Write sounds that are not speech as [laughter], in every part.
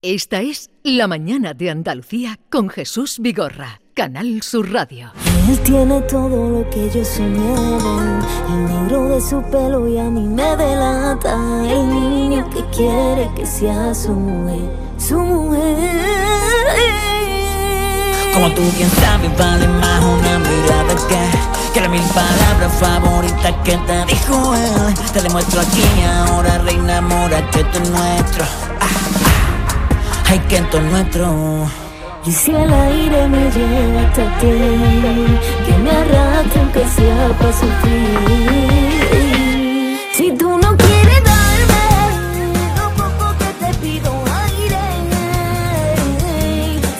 Esta es La Mañana de Andalucía con Jesús Vigorra, Canal Sur Radio. Él tiene todo lo que yo soñaba. El negro de su pelo y a mí me delata. El niño que quiere que sea su mujer, su mujer. Como tú bien sabes, vale más una mirada que, que la mil palabras favoritas que te dijo él. Te demuestro aquí y ahora, reina, enamórate tú es nuestro. Ah, ah, ay, que esto es nuestro. Y si el aire me lleva hasta ti, que me arrastre aunque sea para sufrir. Si tú no quieres darme lo poco que te pido aire,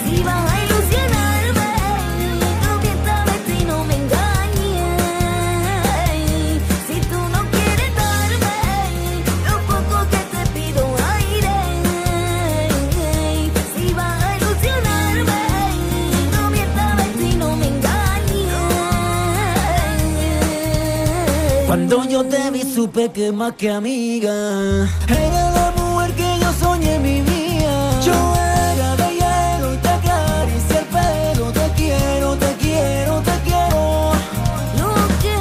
si vas a ilusionarme, lo que sabes ti no me engañes. Si tú no quieres darme lo poco que te pido aire, si vas a ilusionarme, no mientas ti no me engañes. Cuando yo te vi supe que más que amiga Era la mujer que yo soñé en mi vida Yo era de hielo y te acaricia el pelo Te quiero, te quiero, te quiero Lo que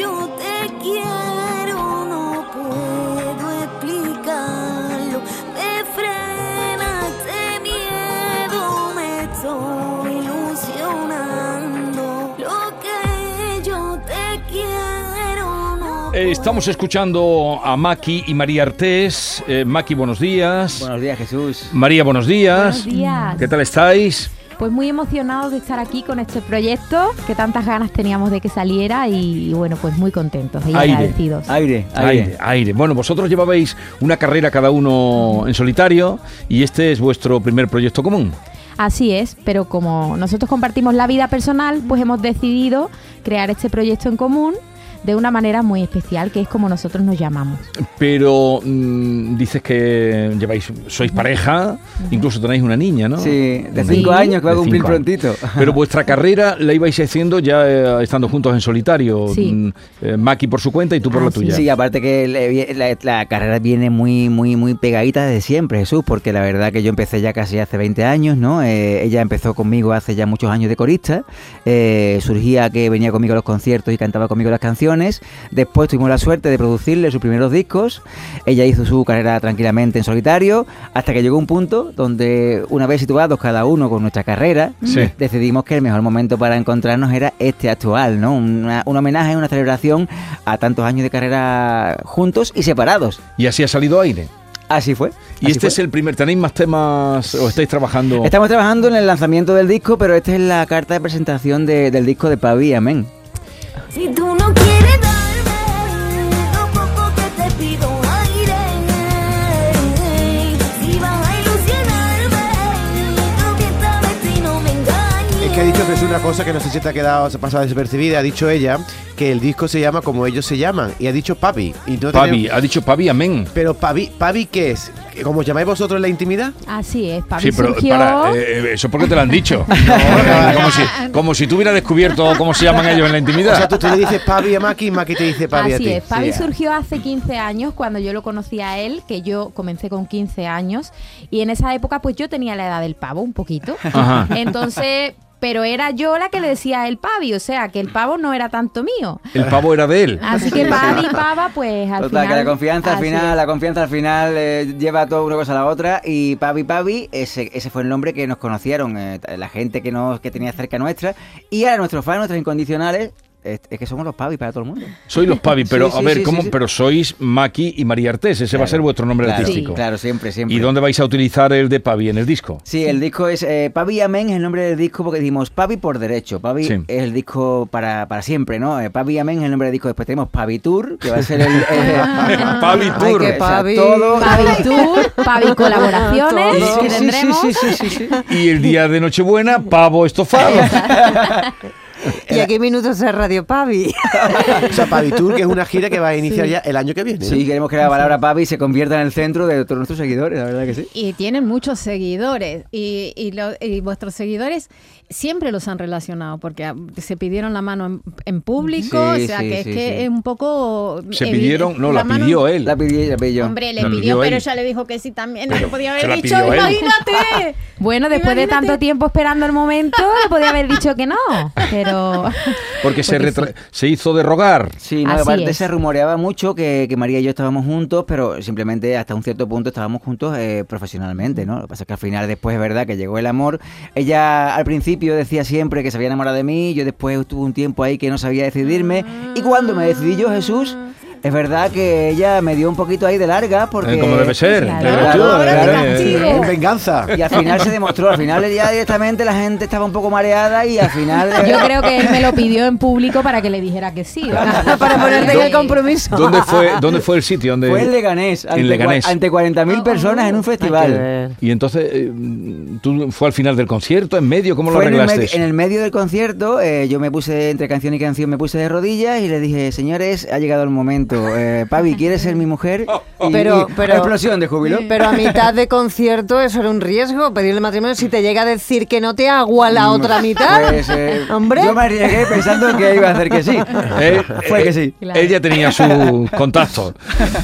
yo te quiero no puedo explicarlo. Me frena este miedo, me estoy ilusionando. Lo que yo te quiero no Eh, Estamos escuchando a Maki y María Artés. Eh, Maki, buenos días. Buenos días, Jesús. María, buenos días. Buenos días. ¿Qué tal estáis? Pues muy emocionados de estar aquí con este proyecto, que tantas ganas teníamos de que saliera y, bueno, pues muy contentos y Aire, agradecidos. Aire, aire. Aire, aire. Bueno, vosotros llevabais una carrera cada uno en solitario y este es vuestro primer proyecto común. Así es, pero como nosotros compartimos la vida personal, pues hemos decidido crear este proyecto en común de una manera muy especial, que es como nosotros nos llamamos. Pero mm, dices que lleváis, sois pareja, incluso tenéis una niña, ¿no? Sí, de Una cinco niña. años que va a De cumplir cinco años. [laughs] prontito. Pero vuestra carrera la ibais haciendo ya eh, estando juntos en solitario. Sí. Mm, eh, Maki por su cuenta y tú por la Así tuya. Sí, aparte que le- la, la carrera viene muy, muy, muy pegadita desde siempre, Jesús, porque la verdad que yo empecé ya casi hace 20 años, ¿no? Eh, ella empezó conmigo hace ya muchos años de corista, eh, surgía que venía conmigo a los conciertos y cantaba conmigo las canciones, después tuvimos la suerte de producirle sus primeros discos, ella hizo su carrera tranquilamente en solitario, hasta que llegó un punto donde una vez situados cada uno con nuestra carrera, Sí. decidimos que el mejor momento para encontrarnos era este actual, ¿no? Una- un homenaje, una celebración a tantos años de carrera juntos y separados. Y así ha salido aire. Así fue. Y así este fue. es el primer. ¿Tenéis más temas o estáis trabajando? Estamos trabajando en el lanzamiento del disco, pero esta es la carta de presentación de- del disco de Pavi, amén. Si tú no quieres darme lo poco que te pido aire, si vas a ilusionarme, no mientas de ti no me engañes. Es que ha dicho Jesús una cosa que no sé si te ha quedado, se ha pasado despercibida. Ha dicho ella que el disco se llama como ellos se llaman. Y ha dicho papi. Y no Pavi, tenemos- ha dicho Pavi, amén. Pero papi, papi, ¿qué es? ¿Cómo os llamáis vosotros en la intimidad? Así es, Pablo Sí, pero surgió... para, eh, eh, eso porque te lo han [laughs] dicho. como, si, como si tú hubieras descubierto cómo se llaman ellos en la O sea, intimidad. tú, tú le dices papi a Maki y Maki te dice papi a Así ti. es, Pavi Sí. surgió hace 15 años cuando yo lo conocí a él, que yo comencé con 15 años y en esa época pues yo tenía la edad del pavo un [laughs] poquito. Ajá. Entonces, pero era yo la que le decía el Pavi, o sea, que el pavo no era tanto mío. El pavo era de Ah. él. Así que Pavi pava pues al Total, final que la confianza al así final, es. la confianza al final eh, lleva todo una cosa a la otra y Pavi Pavi, ese, ese fue el nombre que nos conocieron, eh, t- la gente que nos que tenía cerca nuestra y a nuestros fans, nuestros incondicionales, es, es que somos los Pavi para todo el mundo. Sois los Pavi, pero Sí, sí, a ver, sí, ¿cómo? sí, sí. Pero sois Maki y María Artés. Ese va a ser vuestro nombre Claro, artístico. Claro, siempre, siempre. ¿Y dónde vais a utilizar el de Pavi en el disco? Sí, el disco es eh, Pavi Amén es el nombre del disco porque dijimos Pavi por derecho. Pavi Sí. es el disco para, para siempre, ¿no? Eh, Pavi Amén es el nombre del disco. Después tenemos Pavi Tour, que va a ser el. el- Pavi Ay, Tour. que- o sea, Pavi. todo- Pavi Tour, [laughs] Pavi colaboraciones Sí, sí, que sí, tendremos. sí, sí, sí, sí, sí. [laughs] Y el día de Nochebuena, pavo estofado. Y aquí minutos de Radio Pavi. O sea, Pavi Tour, que es una gira que va a iniciar ya el año que viene. Sí, queremos que la palabra papi se convierta en el centro de todos nuestros seguidores, la verdad que sí. Y tienen muchos seguidores y, y lo- y vuestros seguidores siempre los han relacionado porque ah, se pidieron la mano en, en público, Sí, o sea sí, que es sí, que sí. es un poco... Se evi- pidieron, no, la, mano- pidió él. La pillé, la pillé yo. Hombre, le No, la pidió, pidió pero él. ella le dijo que sí también. Pero no podía se la haber dicho, pidió él. [laughs] imagínate. Bueno, después de tanto tiempo esperando el momento, le podía haber dicho que no, pero... [laughs] Porque se, Porque retra- sí. se hizo de rogar. ¿eh? Sí, no, Así aparte es. se rumoreaba mucho que, que María y yo estábamos juntos, pero simplemente hasta un cierto punto estábamos juntos eh, profesionalmente, ¿no? Lo que pasa es que al final después es verdad que llegó el amor. Ella al principio decía siempre que se había enamorado de mí, yo después estuve un tiempo ahí que no sabía decidirme, y cuando me decidí yo, Jesús, es verdad que ella me dio un poquito ahí de larga porque... Eh, como debe ser. Claro. claro, Claro, tú, ahora te claro, castigo. [laughs] En venganza. Y al final se demostró, al final ya directamente la gente estaba un poco mareada y al final... [laughs] eh, Yo creo que él me lo pidió en público para que le dijera que sí. ¿verdad? Para ponerte en el Sí. compromiso. [laughs] ¿Dónde fue, ¿Dónde fue el sitio? Donde... Fue en Leganés, ante, cua- Leganés. ante 40.000 personas en un Hay que festival. ver. Y entonces, eh, ¿tú fue al final del concierto, en medio? ¿Cómo Fue lo en el, arreglaste? me- en el medio del concierto, eh, yo me puse, entre canción y canción, me puse de rodillas y le dije, señores, ha llegado el momento. Eh, Pavi, ¿quieres ser [laughs] mi mujer? Oh, Y- Pero- y- pero- explosión de júbilo. [laughs] Pero a mitad de concierto eso era un riesgo, pedirle matrimonio. Si te llega a decir que no te hago a la otra mitad, Pues, eh, hombre. Yo me arriesgué pensando que iba a hacer que sí. Eh, Fue eh, que sí. Claro. Ella tenía [laughs] su contacto.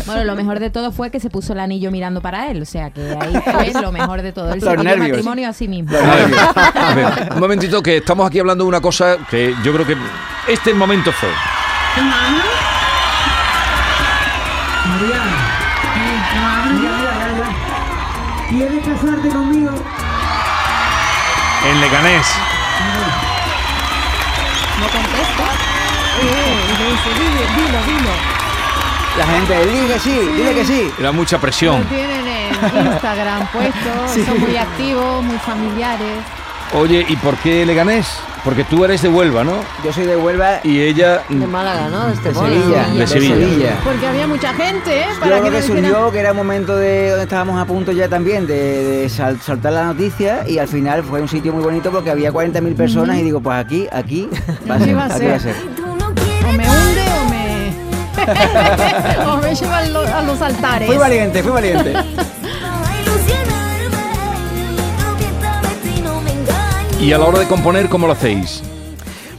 Bueno, lo mejor de todo fue que se puso el anillo mirando para él, o sea que ahí fue lo mejor de todo. Él se Los pidió nervios. matrimonio a sí mismo. A ver, a ver, un momentito, que estamos aquí hablando de una cosa que yo creo que este momento fue. En Leganés. La gente, dile que sí, dile que sí. Era mucha Lo presión. tienen en Instagram puesto, son muy activos, muy familiares. Oye, ¿y por qué Leganés? Porque tú eres de Huelva, ¿no? Yo soy de Huelva y Y ella... De Málaga, ¿no? De este de pueblo. Sevilla. de Sevilla. Porque había mucha gente, ¿eh? Yo Para que creo no que dijera- surgió que era momento de donde estábamos a punto ya también de, de sal- saltar la noticia y al final fue un sitio muy bonito porque había 40.000 personas y digo, pues aquí, [laughs] aquí va a Aquí ser, va a aquí ser. va a ser. O me hunde o me. [laughs] o me lleva a lo- a los altares. Fui valiente, fui valiente. Y a la hora de componer, ¿cómo lo hacéis?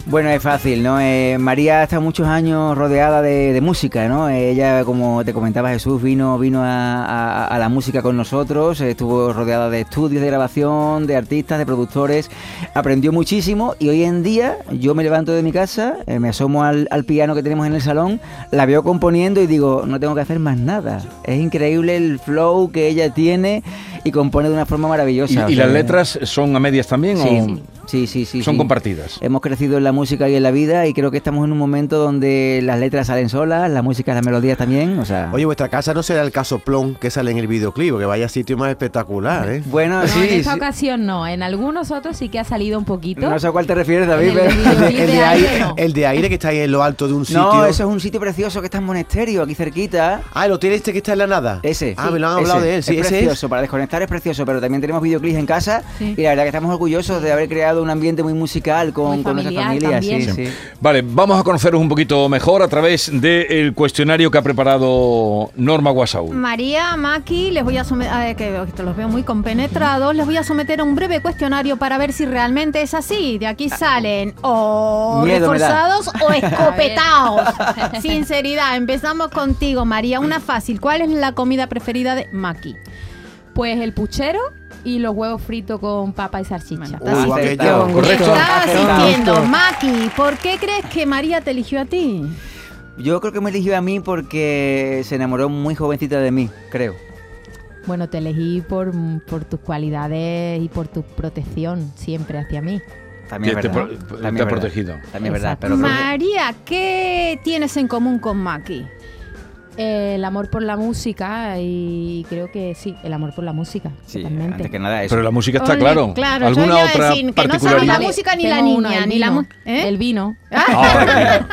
Bueno, es fácil, ¿no? Eh, María está muchos años rodeada de, de música, ¿no? Eh, Ella, como te comentaba Jesús, vino, vino a, a- a la música con nosotros, eh, estuvo rodeada de estudios de grabación, de artistas, de productores, aprendió muchísimo y hoy en día yo me levanto de mi casa, eh, me asomo al, al piano que tenemos en el salón, la veo componiendo y digo, no tengo que hacer más nada. Es increíble el flow que ella tiene y compone de una forma maravillosa. ¿Y, o y sea, las letras son a medias también? o Sí, sí, sí, sí. Son sí. compartidas. Hemos crecido en la música y en la vida y creo que estamos en un momento donde las letras salen solas, la música, las melodías también, o sea... Oye, vuestra casa no será el casoplón que sale en el videoclip, que vaya sitio más espectacular, ¿eh? bueno, No, en Ah, sí, esta sí. ocasión no, en algunos otros sí que ha salido un poquito. No sé a cuál te refieres, David, En el pero... videoclip de aire no. El de aire que está ahí en lo alto de un sitio. [laughs] No, eso es un sitio precioso que está en Monesterio, aquí cerquita. Ah, el hotel este que está en la nada. Ese. Ah, me lo han hablado ese. de él. Sí, es ese es. precioso, para desconectar es precioso, pero también tenemos videoclips en casa Sí. y la verdad que estamos orgullosos de haber creado un ambiente muy musical con, Muy con nuestra familiar familia. Sí, también. sí. Vale, vamos a conoceros un poquito mejor a través del cuestionario que ha preparado Norma Guasaúl. María, Maki, les voy a someter, que te los veo muy compenetrados, les voy a someter a un breve cuestionario para ver si realmente es así. De aquí salen o Ah. Miedo me da. [laughs] reforzados o [laughs] escopetados. Sinceridad, empezamos contigo, María. Una fácil. ¿Cuál es la comida preferida de Maki? Pues el puchero y los huevos fritos con papa y salchicha. Uy, Acertado, aquello. correcto. Estaba Acertado. asistiendo. Maki, ¿por qué crees que María te eligió a ti? Yo creo que me eligió a mí porque se enamoró muy jovencita de mí, creo. Bueno, te elegí por, por tus cualidades y por tu protección siempre hacia mí. También Te- es te verdad. pro- También te ha es verdad. protegido. También es verdad, pero Exacto. creo que- María, ¿qué tienes en común con Maki? Eh, el amor por la música y creo que sí, el amor por la música. Sí, totalmente. antes que nada eso. Pero la música está Ole, claro. claro, yo ¿Alguna iba a otra decir que no sabe particularidad? la música ni Tengo la niña, uno, el ni la vino. mu- ¿Eh? El vino, Ah,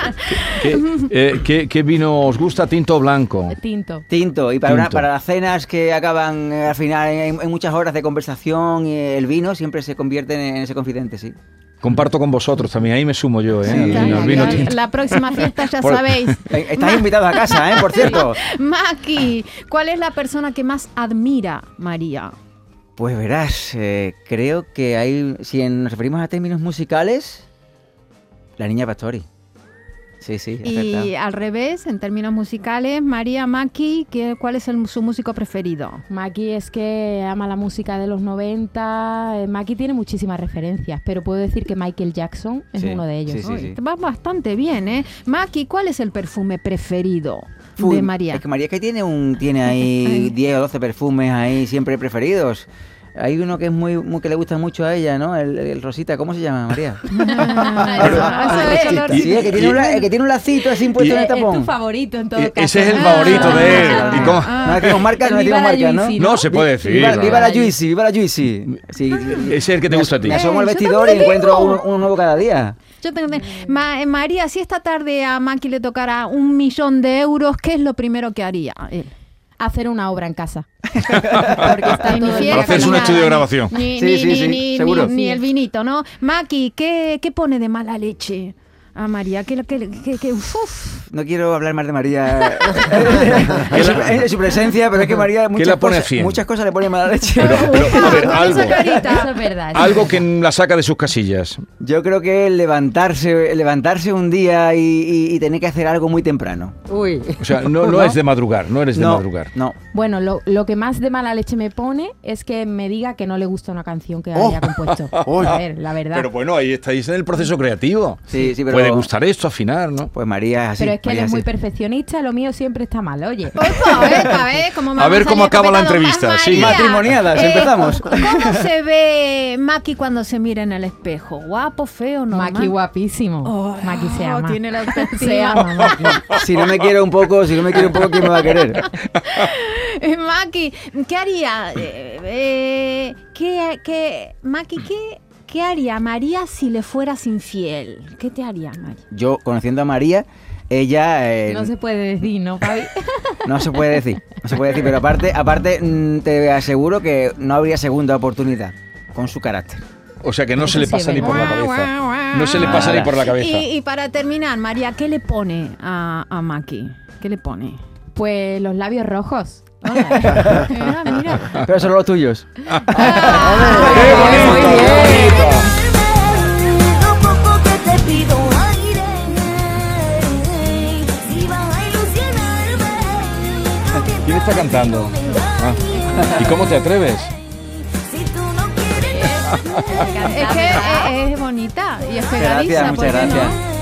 ¿qué, eh, qué- qué vino os gusta? Tinto o blanco. el tinto. [laughs] Tinto, y para, una- Tinto. para las cenas que acaban eh, al final en, en muchas horas de conversación, y el vino siempre se convierte en, en ese confidente, sí. Comparto con vosotros también, ahí me sumo yo, ¿eh? Sí, Al vino, Claro, al vino ya- tinto. la próxima fiesta [laughs] ya Por- sabéis. Eh, Estás invitado a casa, ¿eh? Por cierto. Maki, ¿cuál es la persona que más admira María? Pues verás, eh, creo que hay, si en- nos referimos a términos musicales, la niña Pastori. Sí, sí, acertado. Y al revés, en términos musicales, María Maki, ¿qué- ¿cuál es el- su músico preferido? Maki es que ama la música de los 90. eh, Maki tiene muchísimas referencias, pero puedo decir que Michael Jackson es Sí, uno de ellos. sí, sí. Uy, te vas bastante bien, ¿eh? Maki, ¿cuál es el perfume preferido Full- de María? Es que María es que tiene un tiene [laughs] ahí 10 o 12 perfumes ahí siempre preferidos. Hay uno que es muy, muy- que le gusta mucho a ella, ¿no? El, el Rosita, ¿cómo se llama, [laughs] María? Ah, eso- eso es- sí, el que tiene un, la- el que tiene un lacito así Y- puesto en Eh, el tapón. Eh, Ah, favorito en todo Ese es el caso. favorito de él. ¿Y cómo? No decimos marcas, no decimos Viva la marcas, ¿no? Juicy, No se puede decir. Viva, viva la ¿verdad? Juicy, viva la Juicy. Sí, Ese es el que te gusta a ti. Me asomo al Eh, Yo vestidor y también encuentro tengo. uno, uno nuevo cada día. Yo tengo que- Ma- eh, María, si esta tarde a Maki le tocara un millón de euros, ¿qué es lo primero que haría Eh, él? Hacer una obra en casa. Porque está Ni todo el fiesta, día Para hacerse un estudio caminando. ni de nada, grabación. Ni, Sí, ni- sí, ni- sí, ni- seguro. ni- ni el vinito, ¿no? Maki, ¿qué, qué pone de mala leche a María? ¿Qué, qué, qué- qué- uf? No quiero hablar más de [laughs] María en, su, en su presencia, pero es que María muchas, la pone cosas, 100? muchas cosas le pone mala leche. [laughs] Pero, a ver, Con algo, esa carita. Eso es verdad. eso algo que la saca de sus casillas. Yo creo que levantarse, levantarse un día y, y- y tener que hacer algo muy temprano. Uy. O sea, no, no, ¿No? es de madrugar, no eres de no, madrugar. no. Bueno, lo, lo que más de mala leche me pone es que me diga que no le gusta una canción que Oh. haya compuesto. Uy. A ver, la verdad. Pero bueno, ahí estáis en el proceso creativo. Sí, sí, pero Puede gustar esto, afinar, ¿no? Pues María es así. Pero es que él María es muy así. perfeccionista, lo mío siempre está mal, [laughs] oye. Opa, epa, eh, cómo me A ver han cómo salido acaba la comentando. entrevista, Ah, sí. María, Matrimoniadas, empezamos. ¿Cómo se ve Maki cuando se mira en el espejo? ¿Guapo, feo, no? Maki guapísimo. Oh, Maki se ama. [laughs] tiene la autoestima. se ama, [laughs] Maki. Si no me quiere un poco, si no me quiere un poco, ¿quién me va a querer? Eh, Maki, ¿qué haría? Eh, eh, ¿qué, qué- Maki, ¿qué, qué haría María si le fueras infiel? ¿Qué te haría, María? Yo, conociendo a María, ella eh, No se puede decir, ¿no, [laughs] Fabi? no se puede decir. No se puede decir, pero aparte, aparte mm, te aseguro que no habría segunda oportunidad con su carácter. O sea que no se le Sí, pasa ni venga. por la cabeza. No se le pasa ni por la cabeza. Y, y para terminar, María, ¿qué le pone a, a Maki? ¿Qué le pone? Eh, Pues los labios rojos. Hola. Mira, mira. Pero son los tuyos. ¡Eh, bonito, Muy bien. Lo poco que te pido aire Si vas a ilusionarme ¿Quién está cantando? Ah. ¿Y cómo te atreves? [laughs] Si tú no [laughs] quieres [laughs] Es que eh, es, bonita y es pegadiza. Gracias, ¿por muchas qué no? gracias.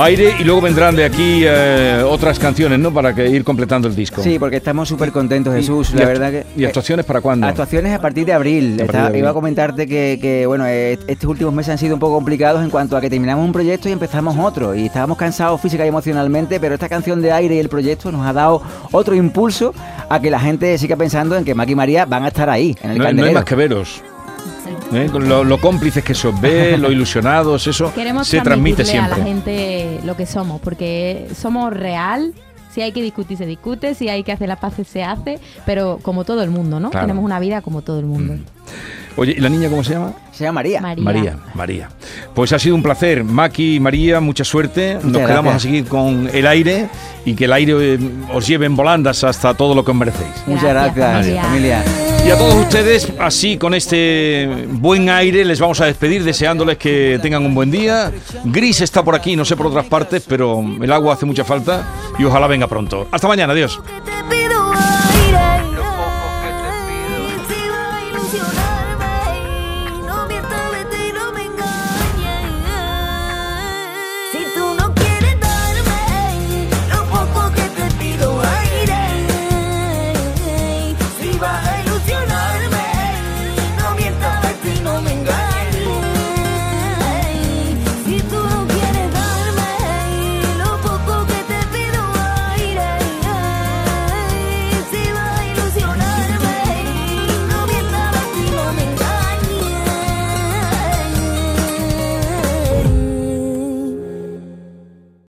Aire y luego vendrán de aquí eh, otras canciones, ¿no? Para que ir completando el disco. Sí, porque estamos súper contentos, Jesús. y la act- verdad que. eh, ¿Y actuaciones para cuándo? Actuaciones a partir de abril. A partir de Estaba- abril. Iba a comentarte que, que, bueno, eh, estos últimos meses han sido un poco complicados en cuanto a que terminamos un proyecto y empezamos otro. Y estábamos cansados física y emocionalmente, pero esta canción de aire y el proyecto nos ha dado otro impulso a que la gente siga pensando en que Maki y María van a estar ahí, en el no, no hay candelero. más que veros. ¿Eh? Con lo, lo cómplices que sos, [laughs] ve, lo ilusionados, eso Queremos se transmite transmitirle a la siempre. gente lo que somos, porque somos real. Si hay que discutir, se discute. Si hay que hacer las paces, se hace. Pero como todo el mundo, ¿no? Claro. Tenemos una vida como todo el mundo. Oye, ¿y la niña cómo se llama? Se llama María. María. María, María. Pues ha sido un placer, Maki y María, mucha suerte. Nos Muchas quedamos gracias. a seguir con el aire y que el aire eh, os lleve en volandas hasta todo lo que os merecéis. Muchas Gracias, gracias, familia. familia. Y a todos ustedes, así con este buen aire, les vamos a despedir deseándoles que tengan un buen día. Gris está por aquí, no sé por otras partes, pero el agua hace mucha falta y ojalá venga pronto. Hasta mañana, adiós. Lo poco que te pido aire Si vas a ilusionarme